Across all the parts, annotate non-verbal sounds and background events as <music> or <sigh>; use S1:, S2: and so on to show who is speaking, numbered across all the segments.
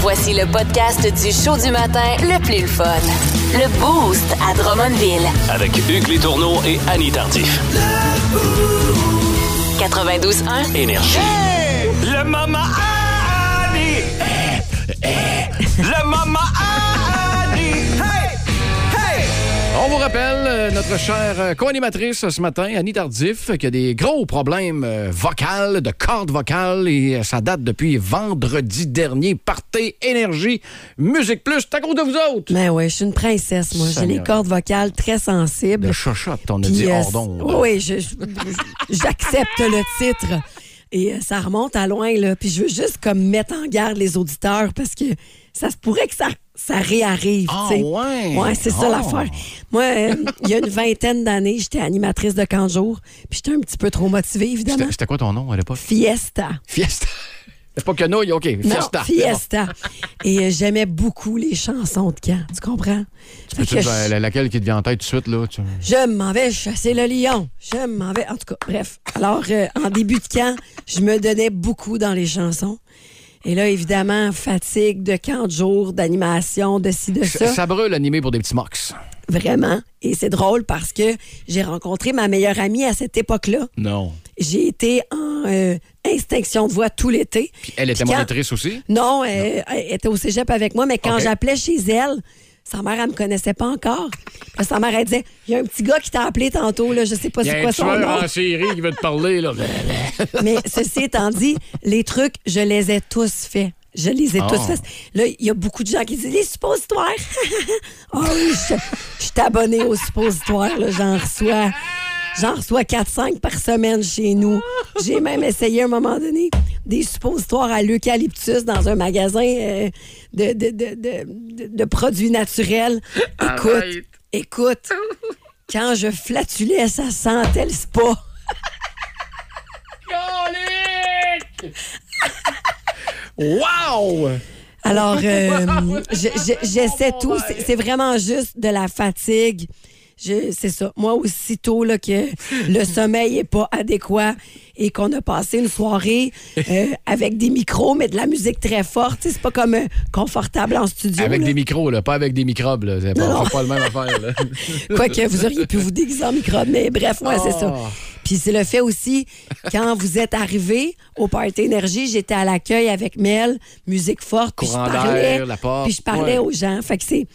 S1: Voici le podcast du show du matin le plus le fun. Le Boost à Drummondville.
S2: Avec Hugues Létourneau et Annie Tardif.
S1: 92.1.
S2: Énergie. Le maman Annie! Le maman Annie!
S3: On vous rappelle euh, notre chère euh, co-animatrice euh, ce matin, Annie Tardif, euh, qui a des gros problèmes euh, vocales, de cordes vocales, et euh, ça date depuis vendredi dernier. Partez, énergie, musique plus, c'est à cause de vous autres!
S4: Ben oui, je suis une princesse, moi. J'ai
S3: Seigneur.
S4: les cordes vocales très sensibles.
S3: De chochotte, on a
S4: Puis,
S3: dit
S4: euh,
S3: hors d'onde.
S4: Oui, je- je- je- j'accepte le titre. Et euh, ça remonte à loin, là. Puis je veux juste comme mettre en garde les auditeurs parce que ça se pourrait que ça, ça réarrive.
S3: Ah,
S4: tu sais.
S3: ouais.
S4: Ouais, c'est ça
S3: Ah.
S4: l'affaire. Moi, euh, il y a une vingtaine d'années, j'étais animatrice de camp de jour. Puis j'étais un petit peu trop motivée, évidemment.
S3: C'était c'était quoi ton nom à l'époque?
S4: Fiesta.
S3: Fiesta. <laughs> C'est pas que nouille, OK.
S4: Non,
S3: Fiesta.
S4: Fiesta. Et euh, j'aimais beaucoup les chansons de camp, tu comprends? Fait
S3: Peux-tu
S4: que
S3: dire,
S4: je-
S3: la- laquelle qui te vient en tête tout de suite, là? tu-
S4: Je m'en vais chasser le lion. Je m'en vais. En tout cas, bref. Alors, euh, en début de camp, je me donnais beaucoup dans les chansons. Et là, évidemment, fatigue de camp de jour, d'animation, de ci, de
S3: Ça,
S4: ça.
S3: ça brûle animé pour des petits mox.
S4: Vraiment. Et c'est drôle parce que j'ai rencontré ma meilleure amie à cette époque-là.
S3: Non.
S4: J'ai été en euh, extinction de voix tout l'été.
S3: Puis elle était
S4: Puis quand-
S3: monitrice aussi?
S4: Hein? Non, elle, elle était au cégep avec moi, mais quand
S3: OK.
S4: j'appelais chez elle, sa mère, elle me connaissait pas encore. Puis sa mère, elle disait Il y a un petit gars qui t'a appelé tantôt, là, je sais pas
S3: Il y a
S4: c'est
S3: un
S4: quoi son nom.
S3: tueur en série qui veut te parler, là.
S4: <laughs> Mais ceci étant dit, les trucs, je les ai tous faits. Je les ai
S3: Oh.
S4: tous faits. Là, il y a beaucoup de gens qui disent les suppositoires. <laughs> oh oui, je, je suis abonnée aux suppositoires. là. J'en reçois, j'en reçois 4-5 par semaine chez nous. J'ai même essayé à un moment donné des suppositoires à l'eucalyptus dans un magasin euh, de, de- de- de- de- de produits naturels. Écoute, écoute, quand je flatulais, ça sentait le spa.
S3: Wow!
S4: Alors, euh,
S3: <laughs>
S4: je- je- j'essaie tout. C'est- C'est vraiment juste de la fatigue. Je- C'est ça. Moi, aussitôt là, que le sommeil n'est pas adéquat et qu'on a passé une soirée euh, avec des micros, mais de la musique très forte, tu sais, c'est pas comme euh, confortable en studio.
S3: Avec
S4: là.
S3: des micros, là, pas avec des microbes. Là. C'est pas,
S4: Non, non.
S3: c'est pas le même affaire.
S4: <laughs>
S3: Là.
S4: Quoique vous auriez pu vous déguiser en microbe, mais bref, moi, c'est ça.
S3: Ah.
S4: Puis c'est le fait aussi, quand vous êtes arrivé au Party Énergie, j'étais à l'accueil avec Mel, musique forte, puis je
S3: Courant
S4: parlais,
S3: d'air, la porte,
S4: puis je parlais
S3: ouais.
S4: aux gens. Fait que c'est...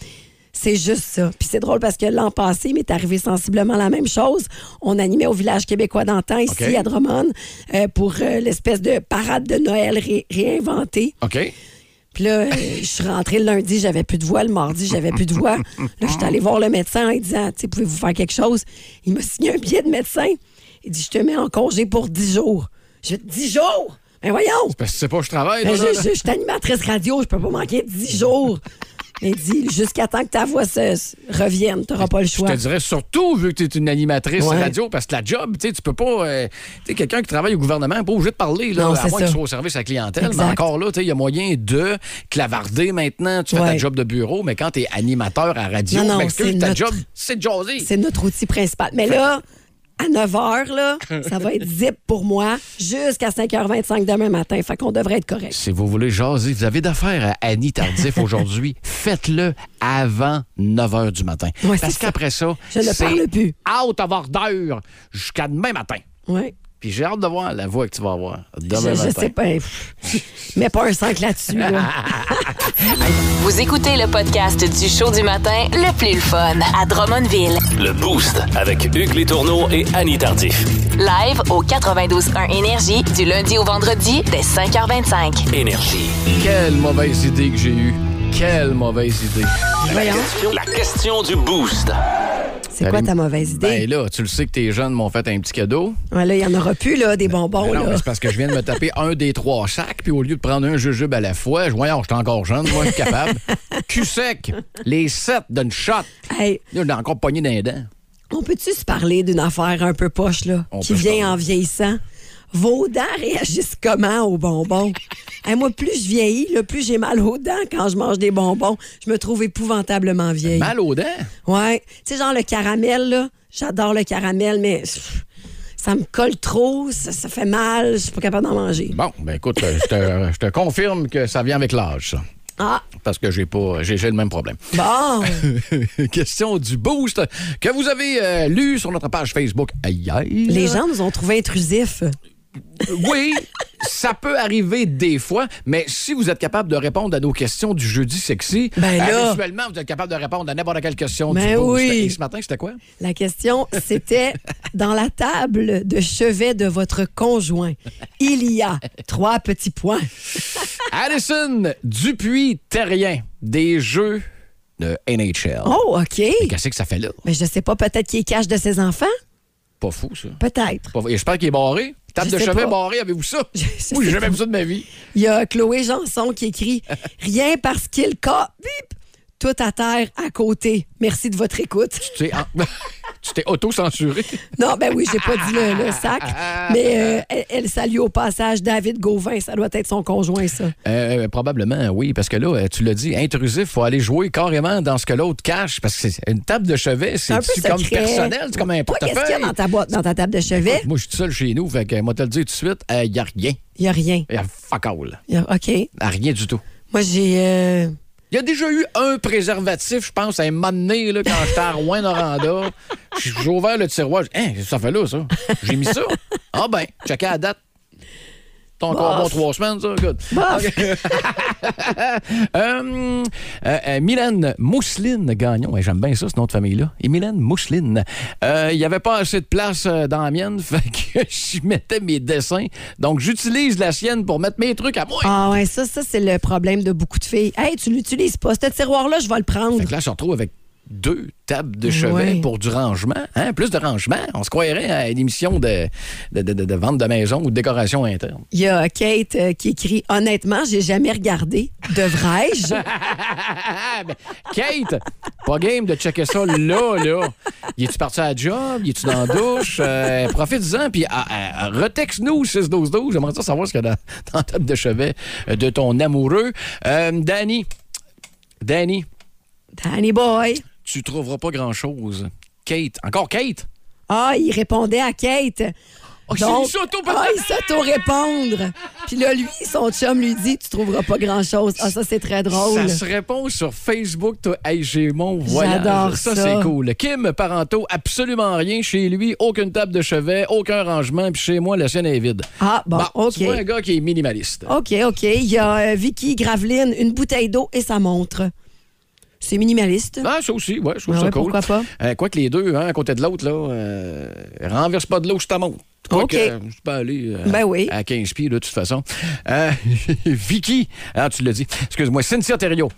S4: C'est juste ça. Puis c'est drôle parce que l'an passé, il m'est arrivé sensiblement la même chose. On animait au village québécois d'antan, ici
S3: OK.
S4: à Drummond, euh, pour euh, l'espèce de parade de Noël ré- réinventée.
S3: OK.
S4: Puis là, euh, je suis rentrée le lundi, j'avais plus de voix. Le mardi, j'avais plus de voix. Là, je suis allée voir le médecin en lui disant, tu sais, pouvez-vous faire quelque chose? Il m'a signé un billet de médecin. Il dit, je te mets en congé pour 10 jours. Je dis, 10 jours? Mais voyons!
S3: Parce que tu sais pas, je travaille.
S4: Ben,
S3: toi, là.
S4: je, je, je suis animatrice radio, je peux pas manquer 10 jours. Mais il dit, jusqu'à temps que ta voix se, se revienne, t'auras pas le
S3: Je
S4: choix.
S3: te dirais surtout, vu que tu es une animatrice
S4: Ouais.
S3: radio, parce que la job, tu sais, tu peux pas. euh, tu sais, quelqu'un qui travaille au gouvernement, pas obligé de parler, là,
S4: Non,
S3: à
S4: c'est
S3: moins
S4: ça.
S3: qu'il soit au service à la clientèle.
S4: Exact.
S3: Mais encore là, tu sais, il y a moyen de clavarder maintenant. Tu fais ta
S4: Ouais.
S3: job de bureau, mais quand tu es animateur à radio,
S4: Non, non,
S3: m'excuse,
S4: c'est
S3: ta
S4: notre-
S3: job, c'est de jaser.
S4: C'est notre outil principal. Mais là, à 9 h, là, ça va être zip pour moi jusqu'à 5h25 demain matin. Fait qu'on devrait être correct.
S3: Si vous voulez jaser, vous avez d'affaires à Annie Tardif
S4: <laughs>
S3: aujourd'hui, faites-le avant 9 h du matin.
S4: Ouais,
S3: Parce
S4: c'est ça.
S3: qu'après ça,
S4: Je ne parle plus.
S3: out of order jusqu'à demain matin.
S4: Ouais.
S3: Puis j'ai hâte de voir la voix que tu vas avoir demain
S4: Je,
S3: matin.
S4: je sais pas. pff, Mets pas un 5 là-dessus.
S3: Ah,
S4: là.
S1: Vous écoutez le podcast du show du matin le plus le fun à Drummondville.
S2: Le Boost avec Hugues Létourneau et Annie Tardif.
S1: Live au 92.1 Énergie du lundi au vendredi dès 5h25.
S2: Énergie.
S3: Quelle mauvaise idée ah, que j'ai eue. Quelle mauvaise idée.
S4: Voyons.
S2: La question du Boost.
S4: C'est quoi ta mauvaise idée?
S3: ah. Ben là, tu le sais que tes jeunes m'ont fait un petit cadeau.
S4: Ouais, là, il n'y en aura plus, là, des bonbons.
S3: Mais Ben, non, mais
S4: Oh là.
S3: c'est parce que je viens de me taper un des trois sacs, puis au lieu de prendre un jujube à la fois, je voyons, je suis encore jeune, moi, je suis
S4: <laughs>
S3: capable. Cul sec, les sept d'une shot.
S4: Hey,
S3: Là, j'ai encore pogné dans les dents.
S4: on peut-tu se parler d'une affaire un peu poche, là,
S3: On
S4: qui
S3: peut se
S4: vient
S3: parler.
S4: en vieillissant? Vos dents réagissent comment aux bonbons? Hey, moi, plus je vieillis, là, plus j'ai mal aux dents quand je mange des bonbons. Je me trouve épouvantablement vieille.
S3: Mal aux dents.
S4: Ouais. Tu sais, genre le caramel, là. J'adore le caramel, mais pff, ça me colle trop, ça, ça fait mal, je suis pas capable d'en manger.
S3: Bon, ben écoute, euh, je
S4: <laughs>
S3: te, je te confirme que ça vient avec l'âge, ça.
S4: Ah,
S3: Parce que j'ai pas, j'ai j'ai le même
S4: <laughs>
S3: problème.
S4: bon!
S3: Question du boost que vous avez euh, lu sur notre page Facebook hier.
S4: Les gens nous ont trouvé intrusifs.
S3: <laughs> Oui, ça peut arriver des fois, mais si vous êtes capable de répondre à nos questions du jeudi sexy,
S4: Ben là.
S3: habituellement, vous êtes capable de répondre à n'importe quelle question du
S4: Ben
S3: boost.
S4: oui.
S3: Et ce matin, c'était quoi?
S4: La question, c'était dans la table de chevet de votre conjoint, il y a trois petits points.
S3: Addison Dupuis-Terrien, des jeux de NHL.
S4: Oh, OK.
S3: Mais Qu'est-ce que ça fait là?
S4: Mais je sais pas, peut-être qu'il est cache de ses enfants?
S3: Pas fou, ça.
S4: Peut-être.
S3: Pas fou. Et J'espère qu'il est barré. Table
S4: Je
S3: de
S4: sais
S3: chevet
S4: pas.
S3: barré, avez-vous <laughs> ça?
S4: sais
S3: Oui, j'ai
S4: pas.
S3: jamais vu ça de ma vie.
S4: Il y a Chloé Janson qui écrit Rien parce qu'il ca. Bip! Tout à terre à côté. Merci de votre écoute.
S3: Tu sais, en- <laughs> tu t'es auto-censuré.
S4: Non, ben oui, j'ai pas dit le, le sac, mais euh, elle, elle salue au passage David Gauvin. Ça doit être son conjoint, ça.
S3: Euh, probablement, oui, parce que là, euh, tu l'as dit, intrusif, faut aller jouer carrément dans ce que l'autre cache, parce que c'est une table de chevet,
S4: C'est un peu
S3: c'est-tu
S4: secret.
S3: comme personnel, c'est comme un
S4: Toi, qu'est-ce qu'il y a
S3: portefeuille.
S4: dans ta boîte, dans ta table de chevet?
S3: Moi, je suis tout seul chez nous, fait que, moi, te le dire tout de suite, il n'y a rien.
S4: Il y a rien.
S3: Il y a fuck all.
S4: Y a- OK.
S3: Y a rien du tout.
S4: Moi, j'ai. euh,
S3: Il y a déjà eu un préservatif, je pense, à un moment donné, là, quand j'étais à Rouen-Noranda. J'ai j'ai ouvert le tiroir, j'ai dit, Hein, ça fait là, ça. J'ai mis ça. Ah ben, checké la date. T'as encore
S4: Bof.
S3: bon trois semaines, ça, good.
S4: Bof.
S3: <laughs> Euh, euh, euh, Mylène Mousseline Gagnon, Ouais, j'aime bien ça, ce nom de famille-là. Et Mylène Mousseline, Euh, il n'y avait pas assez de place euh, dans la mienne, <laughs> fait que je mettais mes dessins. Donc, j'utilise la sienne pour mettre mes trucs à moi.
S4: Ah, ouais, ça, ça c'est le problème de beaucoup de filles. Hey, tu l'utilises pas. Ce tiroir-là, je vais le prendre.
S3: Fait que là, je me retrouve avec deux tables de chevet
S4: Ouais.
S3: pour du rangement. Hein? Plus de rangement, on se croirait à une émission de, de, de- de- de vente de maison ou de décoration interne.
S4: Il y a Kate euh, qui écrit Honnêtement, j'ai jamais regardé.
S3: <laughs>
S4: Devrais-je?
S3: Ben, Kate, pas game de checker ça là, là. Y es-tu parti à la job? Y es-tu dans la douche? Euh, Profites-en, puis ah, ah, retexte-nous 6-12-12. J'aimerais ça savoir ce qu'il y a dans, dans la table de chevet de ton amoureux. Euh, Danny, Danny,
S4: Danny Boy.
S3: tu trouveras pas grand-chose. Kate, encore Kate?
S4: Ah, il répondait à Kate.
S3: Oh, il s'est mis s'auto-
S4: ah, il s'auto-répondre. Puis là, lui, son chum lui dit, tu trouveras pas grand-chose. Ah, ça, c'est très drôle.
S3: Ça se répond sur Facebook, toi. Hey, j'ai mon voyage.
S4: J'adore ça.
S3: c'est cool. Kim Parento, absolument rien chez lui, aucune table de chevet, aucun rangement, puis chez moi, la chaîne est vide.
S4: Ah, bon, OK.
S3: Tu vois un gars qui est minimaliste.
S4: OK, OK. Il y a euh, Vicky Graveline, une bouteille d'eau et sa montre. C'est minimaliste.
S3: Ah, ça aussi, ouais, je trouve
S4: Ah
S3: ça
S4: ouais,
S3: cool.
S4: pourquoi pas?
S3: Euh, quoi que les deux, hein, à côté de l'autre, là, euh, renverse pas de l'eau sur ta montre. Quoi
S4: OK.
S3: que, euh, je peux aller euh,
S4: Ben oui.
S3: à 15 pieds, de toute façon. Euh, <laughs> Vicky, ah, tu l'as dit, excuse-moi, Cynthia Thériault.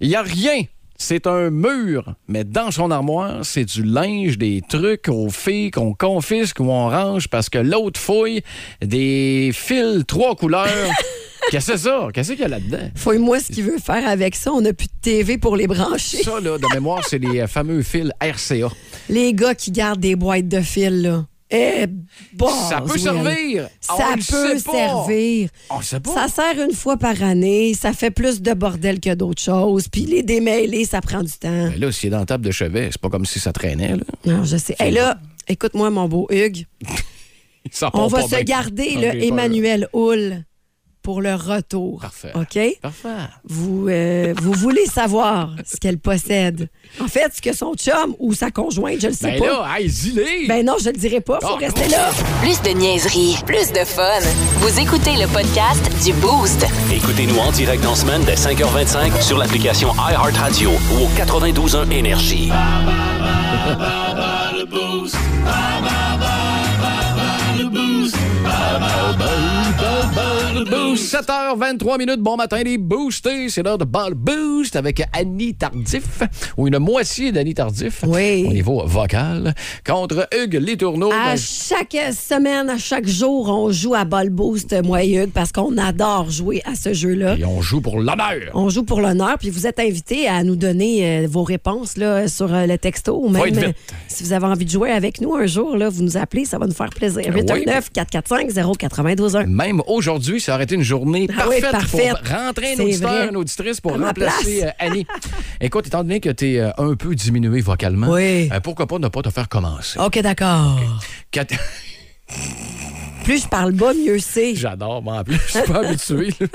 S3: Il n'y a rien. C'est un mur, mais dans son armoire, c'est du linge, des trucs aux filles qu'on confisque ou on range parce que l'autre fouille des fils trois couleurs.
S4: <laughs>
S3: Qu'est-ce que c'est ça? Qu'est-ce qu'il y a là-dedans?
S4: Fouille-moi ce qu'il veut faire avec ça. On n'a plus de TV pour les brancher.
S3: Ça, là, de mémoire, c'est les euh, fameux fils RCA.
S4: Les gars qui gardent des boîtes de fil, là. Eh, bon.
S3: Ça peut servir. Ah,
S4: Ça
S3: On le
S4: peut
S3: sait pas.
S4: servir.
S3: On sait pas.
S4: Ça sert une fois par année, ça fait plus de bordel que d'autres choses, puis les démêler, ça prend du temps.
S3: Mais Ben là, s'il est dans la table de chevet, c'est pas comme si ça traînait. Ben, Là.
S4: Non, je sais. Et là, écoute-moi, mon beau Hugues,
S3: <laughs> Ça
S4: on
S3: part
S4: va
S3: pas
S4: se
S3: bien.
S4: garder
S3: Ah,
S4: le
S3: j'ai peur.
S4: Emmanuel Hull pour le retour.
S3: Parfait.
S4: OK?
S3: Parfait.
S4: Vous, euh, vous voulez savoir ce qu'elle possède. En fait, ce que son chum ou sa conjointe, je le sais
S3: Ben
S4: pas.
S3: là, hey, zilé!
S4: Ben non, je le dirai pas, faut
S3: Ah,
S4: rester là.
S1: Plus de niaiserie, plus de fun. Vous écoutez le podcast du Boost.
S2: Écoutez-nous en direct dans la semaine dès 5h25 sur l'application iHeartRadio ou au 92.1 Énergie.
S3: Ball Boost. 7h23 minutes. Bon matin, les boostés. C'est l'heure de Ball Boost avec Annie Tardif, ou une moitié d'Annie Tardif
S4: Oui. Ah,
S3: au niveau vocal, contre Hugues Létourneau.
S4: À
S3: Ben,
S4: chaque semaine, à chaque jour, on joue à Ball Boost, moi et Hugues, parce qu'on adore jouer à ce jeu-là.
S3: et on joue pour l'honneur.
S4: On joue pour l'honneur, puis vous êtes invités à nous donner euh, vos réponses là, sur euh, le texto. Ou même
S3: Faut être vite.
S4: euh, si vous avez envie de jouer avec nous un jour, là, vous nous appelez, ça va nous faire plaisir.
S3: oui.
S4: 819-445-0921.
S3: Même aujourd'hui, ça aurait été une journée
S4: Ah oui,
S3: parfaite,
S4: parfaite.
S3: pour rentrer un
S4: C'est
S3: auditeur,
S4: vrai.
S3: une auditrice pour
S4: À ma
S3: remplacer
S4: place.
S3: euh,
S4: <laughs>
S3: Annie. Écoute, étant donné que tu es un peu diminué vocalement,
S4: Oui. Ah.
S3: euh, pourquoi pas ne pas te faire commencer?
S4: OK, d'accord.
S3: Cat-
S4: Plus je parle bas, mieux
S3: <laughs>
S4: c'est.
S3: J'adore, mais en plus, je suis pas
S4: <laughs>
S3: habitué. là.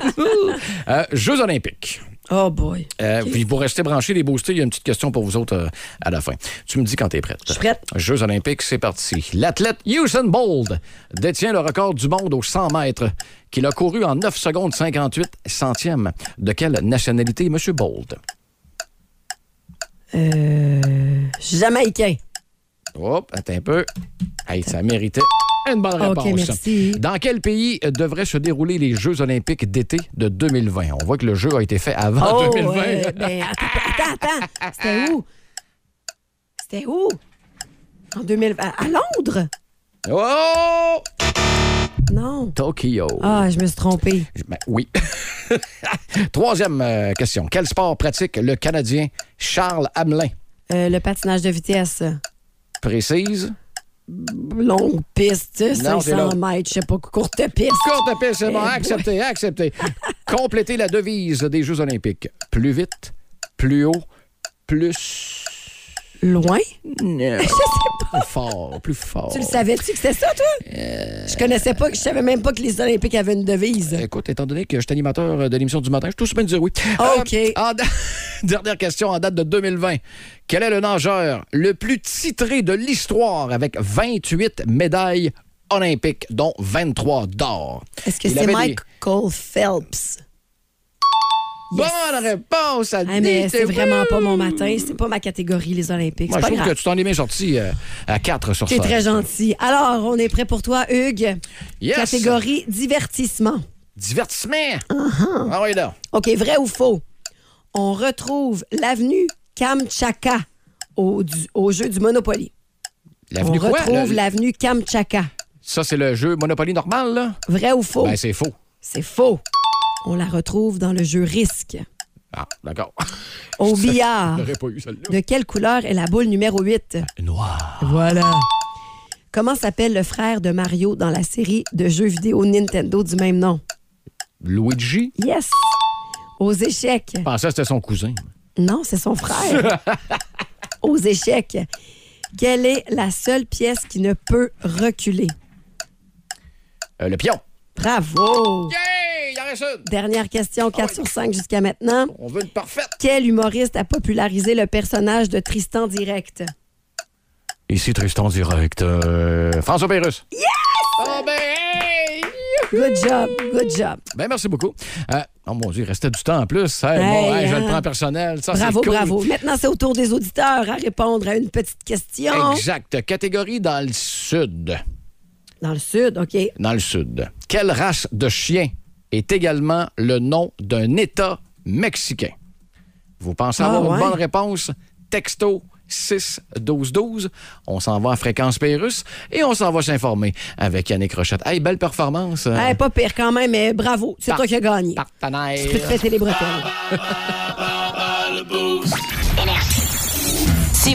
S3: Euh, Jeux olympiques.
S4: Oh boy.
S3: Euh, Puis pour rester branché, les boostés, il y a une petite question pour vous autres euh, à la fin. Tu me dis quand tu es prête.
S4: Je suis prête.
S3: Jeux olympiques, c'est parti. L'athlète Usain Bold détient le record du monde aux 100 mètres qu'il a couru en 9 secondes 58 centièmes. De quelle nationalité est M. Bold?
S4: Euh, Jamaïcain.
S3: Hop, attends un peu. Hey, ça méritait une bonne
S4: Ok,
S3: réponse.
S4: merci.
S3: Dans quel pays devraient se dérouler les Jeux olympiques d'été de 2020? On voit que le jeu a été fait avant 2020.
S4: euh, ben, attends, attends, attends. C'était où? C'était où? En 2020. À à Londres?
S3: Oh!
S4: Non.
S3: Tokyo.
S4: Ah, je me suis trompée.
S3: Ben oui. <laughs> Troisième euh, question. Quel sport pratique le Canadien Charles Hamelin?
S4: Euh, le patinage de vitesse.
S3: Précise.
S4: Longue piste,
S3: Non, c'est
S4: 500
S3: long.
S4: mètres, je sais pas, courte piste.
S3: Courte à c'est bon.
S4: Eh,
S3: Accepté, accepté. Complétez la devise des Jeux olympiques. Plus vite, plus haut, plus...
S4: Loin?
S3: Non.
S4: Je sais pas.
S3: Plus fort, plus fort.
S4: Tu le savais-tu que c'était ça, toi?
S3: Euh,
S4: Je connaissais pas, que je savais même pas que les Olympiques avaient une devise.
S3: Écoute, étant donné que je suis animateur de l'émission du matin, je suis tout semaine dire oui.
S4: OK.
S3: Euh, en da- <laughs> Dernière question en date de 2020. Quel est le nageur le plus titré de l'histoire avec 28 médailles olympiques, dont 23 d'or?
S4: Est-ce que
S3: Il
S4: c'est
S3: avait
S4: Michael
S3: des-
S4: Phelps?
S3: Bonne réponse, Annie.
S4: Ah, mais c'est
S3: t'es-
S4: vraiment pas mon matin. C'est pas ma catégorie, les Olympiques.
S3: Moi,
S4: C'est
S3: je
S4: pas
S3: trouve que
S4: grave.
S3: tu t'en es bien sorti euh, à 4 sur
S4: T'es
S3: 5.
S4: très gentil. Alors, on est prêt pour toi, Hugues.
S3: Yes.
S4: Catégorie divertissement.
S3: Divertissement.
S4: Uh-huh.
S3: Ah oui, là.
S4: OK, vrai ou faux? On retrouve l'avenue Kamtchatka au, du- au jeu du Monopoly. On
S3: L'avenue quoi?
S4: retrouve
S3: Le-
S4: l'avenue Kamtchatka.
S3: Ça, c'est le jeu Monopoly normal, là?
S4: Vrai ou faux?
S3: Ben, c'est faux.
S4: c'est faux. On la retrouve dans le jeu Risque.
S3: Ah, d'accord.
S4: Au billard,
S3: J'aurais pas eu celle-là.
S4: de quelle couleur est la boule numéro 8?
S3: Noir.
S4: Voilà. Comment s'appelle le frère de Mario dans la série de jeux vidéo Nintendo du même nom?
S3: Luigi?
S4: Yes! Aux échecs.
S3: Je pensais que c'était son cousin.
S4: Non, c'est
S3: <laughs>
S4: son frère. Aux échecs. Quelle est la seule pièce qui ne peut reculer?
S3: Euh, le pion.
S4: Bravo!
S3: Yay! Il en reste une.
S4: Dernière question,
S3: Ah
S4: 4 sur 5 jusqu'à maintenant.
S3: On veut une parfaite.
S4: Quel humoriste a popularisé le personnage de Tristan Direct?
S3: Ici Tristan Direct. euh, François Pérus. Yes! Oh ben, hey!
S4: Good job, good job.
S3: Ben, merci beaucoup. Euh, oh mon Dieu, il restait du temps en plus. Hey,
S4: Hey,
S3: bon, hey, je
S4: hein.
S3: le prends personnel. Ça, Ah, c'est
S4: bravo,
S3: cool.
S4: bravo. Maintenant, c'est au tour des auditeurs à répondre à une petite question.
S3: Exact. Catégorie dans le sud.
S4: Dans le sud, OK.
S3: Dans le sud. Quelle race de chien est également le nom d'un État mexicain? Vous pensez
S4: Ah,
S3: avoir
S4: ouais.
S3: une bonne réponse? Texto 6 12 12. On s'en va à Fréquence Pérus et on s'en va s'informer avec Yannick Rochette. Hey, belle performance. euh,
S4: Eh, pas pire quand même, mais bravo. C'est
S3: par-
S4: toi qui as gagné.
S3: Partenaire.
S4: Tu peux te fêter les bretelles.
S1: Si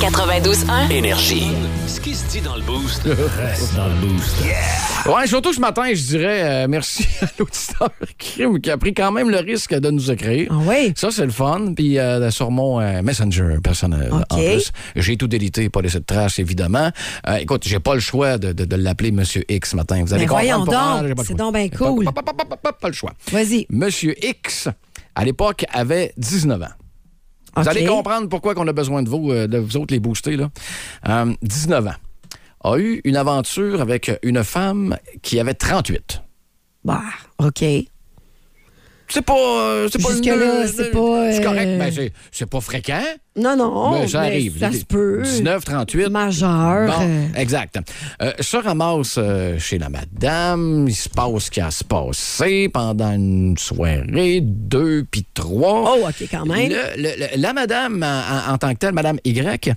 S1: 92.1,
S2: Énergie. Ce qui se dit dans le boost, reste dans le boost.
S3: Ouais, surtout ce matin, je dirais euh, merci <laughs> à l'auditeur Crime qui a pris quand même le risque de nous écrire.
S4: Ah oui?
S3: Ça, c'est le fun. Puis euh, sur mon euh, Messenger personnel,
S4: OK.
S3: en plus. J'ai tout délité, pas laissé de trace, évidemment. Euh, écoute, j'ai pas le choix de, de- de l'appeler Monsieur X ce matin. Vous allez
S4: Mais voyons
S3: comprendre pourquoi.
S4: donc,
S3: J'ai pas le
S4: c'est
S3: choix.
S4: donc bien
S3: J'ai pas-
S4: cool.
S3: Pas, pas- pas- pas- pas- pas le choix.
S4: Vas-y.
S3: Monsieur X, à l'époque, avait 19 ans. Vous
S4: OK.
S3: allez comprendre pourquoi qu'on a besoin de vous, euh, de vous autres, les boostés. Là. Euh, 19 ans. A eu une aventure avec une femme qui avait 38.
S4: Bah, OK.
S3: c'est pas. euh, c'est pas le-
S4: Jusque-là, c'est pas,
S3: C'est correct,
S4: euh,
S3: mais c'est- c'est pas fréquent.
S4: Non, non.
S3: mais ça
S4: mais
S3: arrive.
S4: Ça se peut.
S3: 19, 38.
S4: Majeur. euh,
S3: Bon, exact. Euh, ça ramasse euh, chez la madame. Il se passe ce qui a se passé pendant une soirée, deux puis trois.
S4: Oh, OK, quand même.
S3: Le- le- le- la madame, en, en- en tant que telle, madame Y,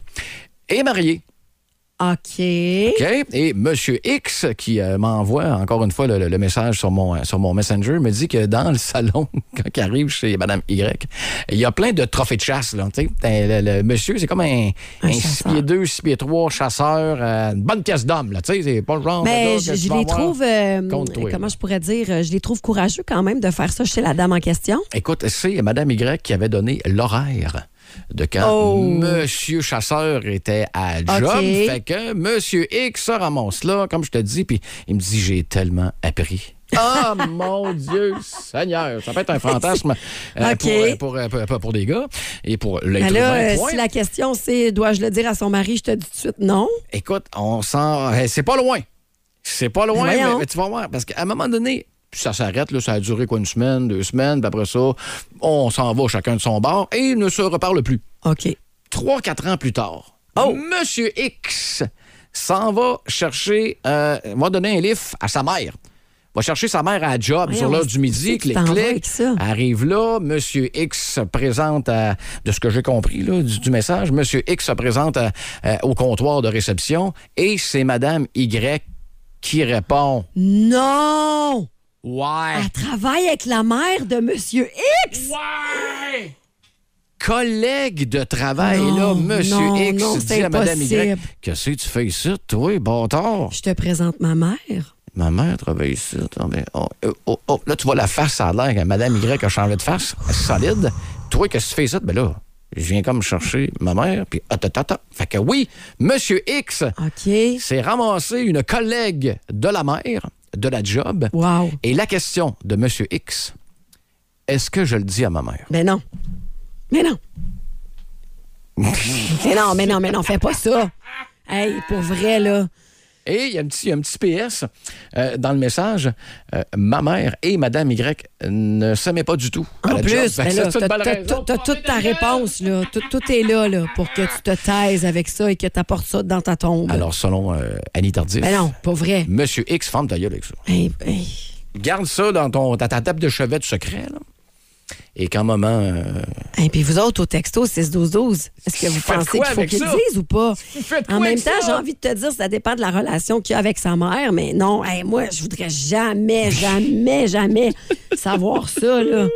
S3: est mariée. OK?
S4: OK.
S3: Et Monsieur X, qui euh, m'envoie encore une fois le, le- le message sur mon, euh, sur mon Messenger, me dit que dans le salon, <laughs> quand il arrive chez Madame Y, il y a plein de trophées de chasse. Là, tu sais. Euh, le, le monsieur, c'est comme un,
S4: Un
S3: un
S4: chasseur.
S3: 6 pieds 2, 6 pieds 3 chasseur, euh, une bonne pièce d'homme. là, tu sais. C'est pas le genre de
S4: Mais
S3: gars
S4: Ben, je,
S3: que
S4: je
S3: tu vas
S4: les
S3: avoir.
S4: trouve, euh,
S3: contre toi,
S4: comment
S3: là.
S4: je pourrais dire, euh, je les trouve courageux quand même de faire ça chez la dame en question.
S3: Écoute, c'est Madame Y qui avait donné l'horaire de quand
S4: Oh.
S3: Monsieur Chasseur était à job.
S4: Ok.
S3: Fait que Monsieur X se ramasse là, comme je te dis, puis il me dit j'ai tellement appris. Oh <laughs> mon Dieu Seigneur! Ça peut être un fantasme euh,
S4: <laughs> Ok.
S3: pour, euh, pour, euh, pour- pour- pour des gars et pour
S4: Mais
S3: l'être
S4: là,
S3: humain,
S4: euh,
S3: point.
S4: si la question c'est dois-je le dire à son mari, je te dis tout de suite non.
S3: Écoute, on s'en... eh, C'est pas loin. C'est pas loin,
S4: Mais
S3: mais,
S4: voyons.
S3: mais tu vas voir. Parce qu'à un moment donné, ça s'arrête, là, ça a duré quoi, une semaine, deux semaines, puis après ça, on s'en va chacun de son bord et ne se reparle plus.
S4: OK.
S3: Trois, quatre ans plus tard,
S4: Oh!
S3: Monsieur X s'en va chercher, euh, va donner un lift à sa mère. Va chercher sa mère à la job
S4: Voyons,
S3: sur l'heure
S4: c'est-
S3: du
S4: c'est
S3: midi,
S4: que tu t'en vas avec
S3: clic-clic.
S4: ça.
S3: Arrive là, Monsieur X se présente à, de ce que j'ai compris là, du, du message, Monsieur X se présente à- à- au comptoir de réception et c'est Madame Y qui répond.
S4: Non!
S3: Ouais.
S4: Elle travaille avec la mère de Monsieur X!
S3: collègue de travail,
S4: Non,
S3: là, Monsieur
S4: non,
S3: X
S4: non,
S3: dit
S4: c'est
S3: à Madame Y,
S4: impossible.
S3: qu'est-ce que tu fais ici, toi, bâtard?
S4: Je te présente ma mère.
S3: Ma mère travaille ici. Attends, mais- oh, euh, oh, oh. Là, tu vois la face, ça a l'air que Madame Y a changé de face, solide. Toi, qu'est-ce que tu fais ici? Ben là, je viens comme chercher ma mère, puis ah, attends, attends, attends. Fait que oui, Monsieur X
S4: OK.
S3: s'est ramassé une collègue de la mère, de la job.
S4: Wow.
S3: Et la question de Monsieur X, est-ce que je le dis à ma mère?
S4: Mais Ben non. Mais <laughs> non. mais non, mais non, mais non, fais pas ça. Hey, pour vrai, là.
S3: Et il y a un petit, il y a un petit PS euh, dans le message. euh, ma mère et Madame Y ne s'aimaient pas du tout. à
S4: En
S3: la job.
S4: plus,
S3: Fait
S4: ben
S3: que
S4: là,
S3: ça, c'est une
S4: t'as
S3: bonne
S4: t'as-
S3: raison.
S4: t'as toute ta réponse, là. Tout, tout est là, là, pour que tu te taises avec ça et que tu apportes ça dans ta tombe.
S3: Alors, selon euh, Annie Tardif,
S4: mais non, pas vrai.
S3: Monsieur X, ferme ta gueule avec ça.
S4: Hey, hey.
S3: Garde ça dans, ton, dans ta table de chevet de secret. là. Et qu'en moment. euh,
S4: Et puis vous autres, au texto 6-12-12, est-ce que vous
S3: Faites
S4: pensez
S3: quoi
S4: qu'il faut
S3: avec
S4: qu'ils le
S3: ça?
S4: disent ou pas?
S3: Faites quoi
S4: En même
S3: avec
S4: temps,
S3: ça?
S4: j'ai envie de te dire, ça dépend de la relation qu'il y a avec sa mère, mais non, hey, moi, je voudrais jamais, jamais, jamais savoir ça. Là.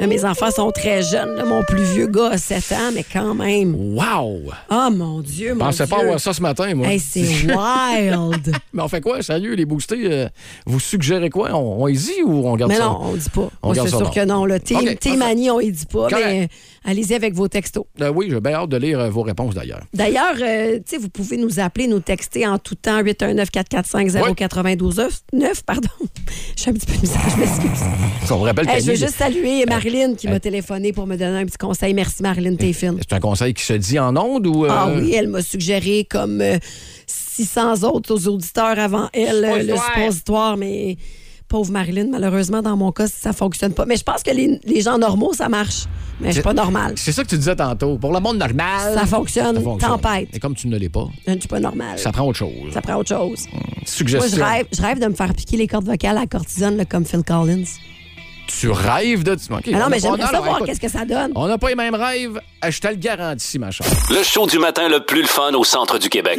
S4: Là, mes enfants sont très jeunes. là. mon plus vieux gars a 7 ans, mais quand même.
S3: wow!
S4: Oh mon Dieu, mon
S3: Pensais
S4: Dieu.
S3: pas avoir ça ce matin, moi.
S4: Hey, c'est wild.
S3: <laughs> Mais on fait quoi? Sérieux, les boostés, euh, vous suggérez quoi? On, on hésite ou on garde
S4: mais
S3: ça?
S4: non, on dit pas.
S3: On
S4: Moi,
S3: garde
S4: c'est
S3: ça,
S4: sûr
S3: non.
S4: que non. Là. Team,
S3: OK,
S4: team
S3: parfait.
S4: Annie, on y dit pas,
S3: Correct.
S4: mais euh, allez-y avec vos textos.
S3: Euh, oui, j'ai bien hâte de lire euh, vos réponses d'ailleurs.
S4: <laughs> D'ailleurs, euh, tu sais, vous pouvez nous appeler, nous texter en tout temps 819 445 0929 9 pardon. <laughs> Je suis un petit peu bizarre, je m'excuse.
S3: On rappelle
S4: Hey, je veux
S3: qu'Annie-
S4: juste saluer Marilyn qui m'a téléphoné pour me donner un petit conseil. Merci Marilyn, t'es fine.
S3: C'est un conseil qui se dit en ondes ou. euh,
S4: Ah oui, elle m'a suggéré comme euh, 600 autres aux auditeurs avant elle euh, le suppositoire, mais pauvre Marilyn, malheureusement dans mon cas ça fonctionne pas. Mais je pense que les, les gens normaux ça marche, mais je suis pas normale.
S3: C'est ça que tu disais tantôt. Pour le monde normal.
S4: Ça fonctionne,
S3: ça fonctionne.
S4: tempête.
S3: Et comme tu ne l'es pas,
S4: Je ne suis pas normale.
S3: ça prend autre chose.
S4: Ça prend autre chose. Moi, je
S3: Suggestion.
S4: rêve, je rêve de me faire piquer les cordes vocales à la cortisone là, comme Phil Collins.
S3: Tu rêves de. OK,
S4: Ah non,
S3: on
S4: mais
S3: a- on
S4: j'aimerais
S3: a-
S4: savoir
S3: écoute,
S4: qu'est-ce que ça donne.
S3: On n'a pas les mêmes rêves. Ah, Je te le garantis, ma chère.
S2: Le show du matin le plus le fun au centre du Québec.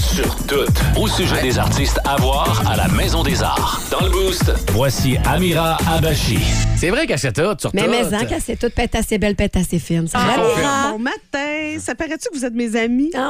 S2: sur tout. Au sujet des artistes à voir à la Maison des Arts. Dans le Boost, voici Amira Abachi.
S3: C'est vrai qu'à cette heure, tu
S4: Mais
S3: retournes.
S4: mais hein, en qu'elle s'est toute pète assez belle, pète assez fine.
S5: Ah,
S4: Ça va, Mira?
S5: Bon matin. Ça paraît-tu que vous êtes mes amis?
S4: Non,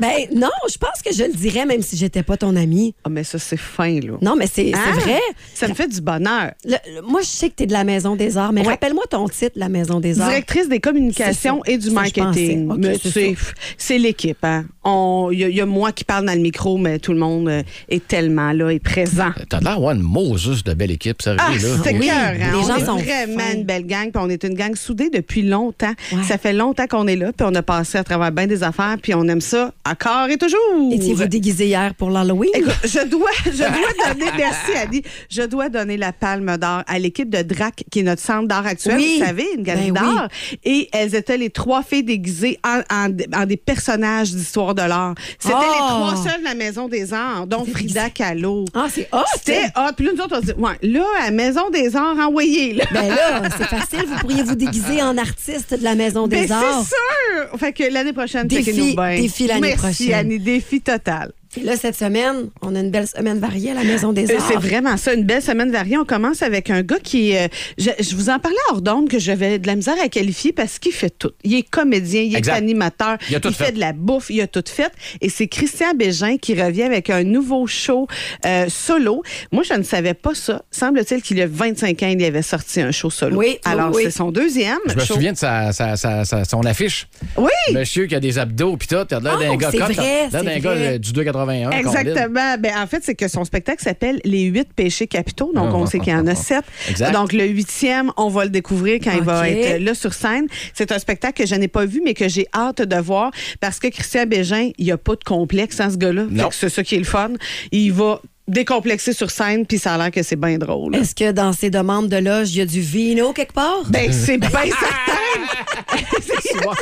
S4: ben non, je pense que je le dirais même si j'étais pas ton amie.
S5: Ah, mais ça, c'est fin, là.
S4: Non, mais c'est c'est
S5: Hein?
S4: vrai.
S5: Ça me fait du bonheur.
S4: Le- le- moi, je sais que t'es de la Maison des Arts, mais
S5: Ouais.
S4: rappelle-moi ton titre, la Maison des Arts.
S5: Directrice des communications
S4: C'est ça.
S5: et du
S4: Ça, je pensais.
S5: marketing.
S4: Ok,
S5: Mais
S4: c'est
S5: c'est-
S4: ça.
S5: c'est l'équipe. hein. On- Il y, a- il y a moi qui parle parle dans le micro, mais tout le monde euh, est tellement là et présent.
S3: Euh, T'as l'air d'avoir une Moses de belle équipe, sérieux.
S5: Ah,
S3: là.
S5: c'est
S3: Oui.
S5: cœur,
S4: Les gens
S5: on est
S4: sont
S5: vraiment
S4: fins.
S5: une belle gang, puis on est une gang soudée depuis longtemps.
S4: Ouais.
S5: Ça fait longtemps qu'on est là, puis on a passé à travers bien des affaires, puis on aime ça encore et toujours.
S4: Étiez-vous déguisé hier pour l'Halloween?
S5: Écoute, je dois, je dois donner, merci Annie, je dois donner la palme d'or à l'équipe de DRAC, qui est notre centre d'art actuel,
S4: Oui.
S5: vous savez, une galerie
S4: Ben oui.
S5: d'art. Et elles étaient les trois filles déguisées en, en- en des personnages d'histoire de l'art. C'était
S4: Oh.
S5: les trois seules de la Maison des Arts, dont Frida Kahlo.
S4: Ah, c'est hot!
S5: C'était, ah, puis là, nous autres, on se dit, ouais, là, à Maison des Arts, envoyez, là.
S4: Ben là, c'est facile, vous pourriez vous déguiser en artiste de la Maison des
S5: Ben,
S4: Arts.
S5: c'est sûr! Fait que l'année prochaine,
S4: Défi-
S5: checkez-nous bien.
S4: défi l'année prochaine.
S5: Merci, Annie. Défi total.
S4: Et là, cette semaine, on a une belle semaine variée à la Maison des
S5: Euh,
S4: Arts.
S5: C'est vraiment ça, une belle semaine variée. On commence avec un gars qui est. euh, je, je vous en parlais hors d'onde que j'avais de la misère à qualifier parce qu'il fait tout. Il est comédien, il est
S3: Exact.
S5: animateur,
S3: Il a tout fait.
S5: de la bouffe, il a tout fait. Et c'est Christian Bégin qui revient avec un nouveau show euh, solo. Moi, je ne savais pas ça. Semble-t-il qu'il y a 25 ans, il avait sorti un show solo.
S4: Oui, oui,
S5: Alors,
S4: oui.
S5: c'est son deuxième.
S3: Je me
S5: show.
S3: souviens de sa, sa- sa- sa- son affiche.
S5: Oui!
S3: Monsieur qui a des abdos, puis tout. T'as l'air d'un
S4: Oh,
S3: gars
S4: c'est
S3: comme.
S4: vrai,
S3: T'as l'air d'un
S4: c'est
S3: gars
S4: vrai.
S3: euh, du 2,81. Colin.
S5: Exactement. Ben, en fait, c'est que son spectacle s'appelle Les huit péchés capitaux. Donc, on sait qu'il y en a
S3: Ah,
S5: sept.
S3: Exact.
S5: Donc, le huitième, on va le découvrir quand il va
S4: Ok.
S5: être là sur scène. C'est un spectacle que je n'ai pas vu, mais que j'ai hâte de voir parce que Christian Bégin, il n'y a pas de complexe dans ce gars-là.
S3: Non.
S5: Fait que C'est ça qui est le fun. Il va décomplexer sur scène, puis ça a l'air que c'est bien drôle.
S4: Est-ce que dans ces demandes de loge, il y a du vino quelque part?
S5: Ben, c'est bien certain. <laughs>
S3: Tu
S4: <laughs>
S3: vois,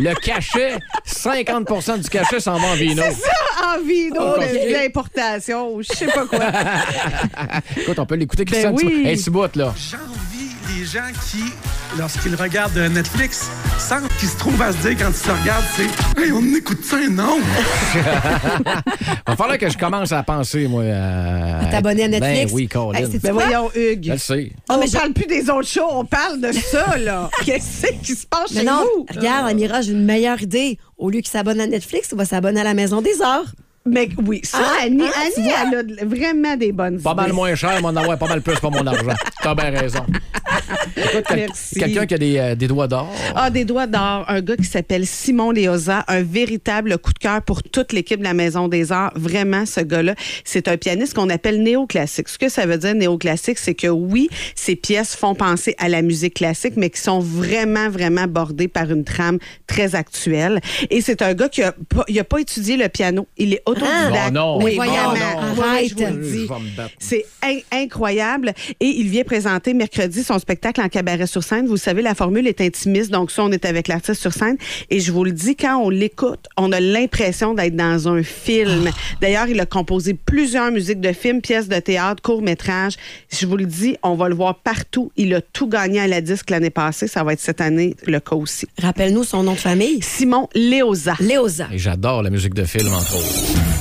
S3: Le cachet, 50 du cachet s'en va en vino.
S5: ça, envie
S3: Oh, ok.
S5: d'importation, je sais pas quoi.
S3: Écoute, on peut l'écouter, Christian.
S5: Ben
S3: tu-
S5: oui.
S3: Hey, Thibaut, là.
S6: J'envie les gens qui, lorsqu'ils regardent euh, Netflix, sentent qu'ils se trouvent à se dire quand ils se regardent, c'est Hey, on écoute ça, non?
S3: Va falloir que je commence à penser, moi. À,
S4: À t'abonner à Netflix?
S3: Ben oui, Colin.
S4: Hey, c'est-
S5: Ben voyons, Hugues.
S3: je le sais.
S4: Oh,
S5: on
S4: mais
S5: mais
S4: je-
S5: parle plus des autres shows, on parle de ça,
S4: <laughs>
S5: là. Qu'est-ce qui se passe
S4: Mais
S5: chez Euh.
S4: non, Ah,
S5: vous?
S4: regarde, Amira, j'ai une meilleure idée. Au lieu qu'il s'abonne à Netflix, il va s'abonner à la Maison des Arts.
S5: Mais oui, ça,
S4: Ah,
S5: Annie,
S4: ah, tu
S5: Annie,
S4: vois?
S5: elle a de- vraiment des bonnes
S3: Pas
S5: idées.
S3: mal moins cher, mais on en avoir pas mal plus pour mon argent. T'as bien
S5: <laughs>
S3: raison. Écoute, quel-
S5: Merci.
S3: quelqu'un qui a des, euh, des doigts d'or.
S5: Ah, des doigts d'or, un gars qui s'appelle Simon Léosa, un véritable coup de cœur pour toute l'équipe de la Maison des Arts. Vraiment, ce gars-là, c'est un pianiste qu'on appelle néoclassique. Ce que ça veut dire néoclassique, c'est que oui, ses pièces font penser à la musique classique, mais qui sont vraiment, vraiment bordées par une trame très actuelle. Et c'est un gars qui a pas, il a pas étudié le piano. Il est autodidacte.
S3: Ah! Non, non.
S5: Oui,
S4: Mais voyons,
S5: vraiment.
S4: non.
S5: Ouais,
S4: Arrête.
S5: je vous le dis.
S3: Je vais me battre.
S5: C'est in- incroyable. Et il vient présenter mercredi son spectacle en cabaret sur scène. Vous savez, la formule est intimiste, donc ça, on est avec l'artiste sur scène. Et je vous le dis, quand on l'écoute, on a l'impression d'être dans un film. D'ailleurs, il a composé plusieurs musiques de films, pièces de théâtre, courts-métrages. Je vous le dis, on va le voir partout. Il a tout gagné à la disque l'année passée. Ça va être cette année le cas aussi.
S4: Rappelle-nous son nom de famille.
S5: Simon Léosa.
S4: Léosa.
S3: Et j'adore la musique de film, entre autres.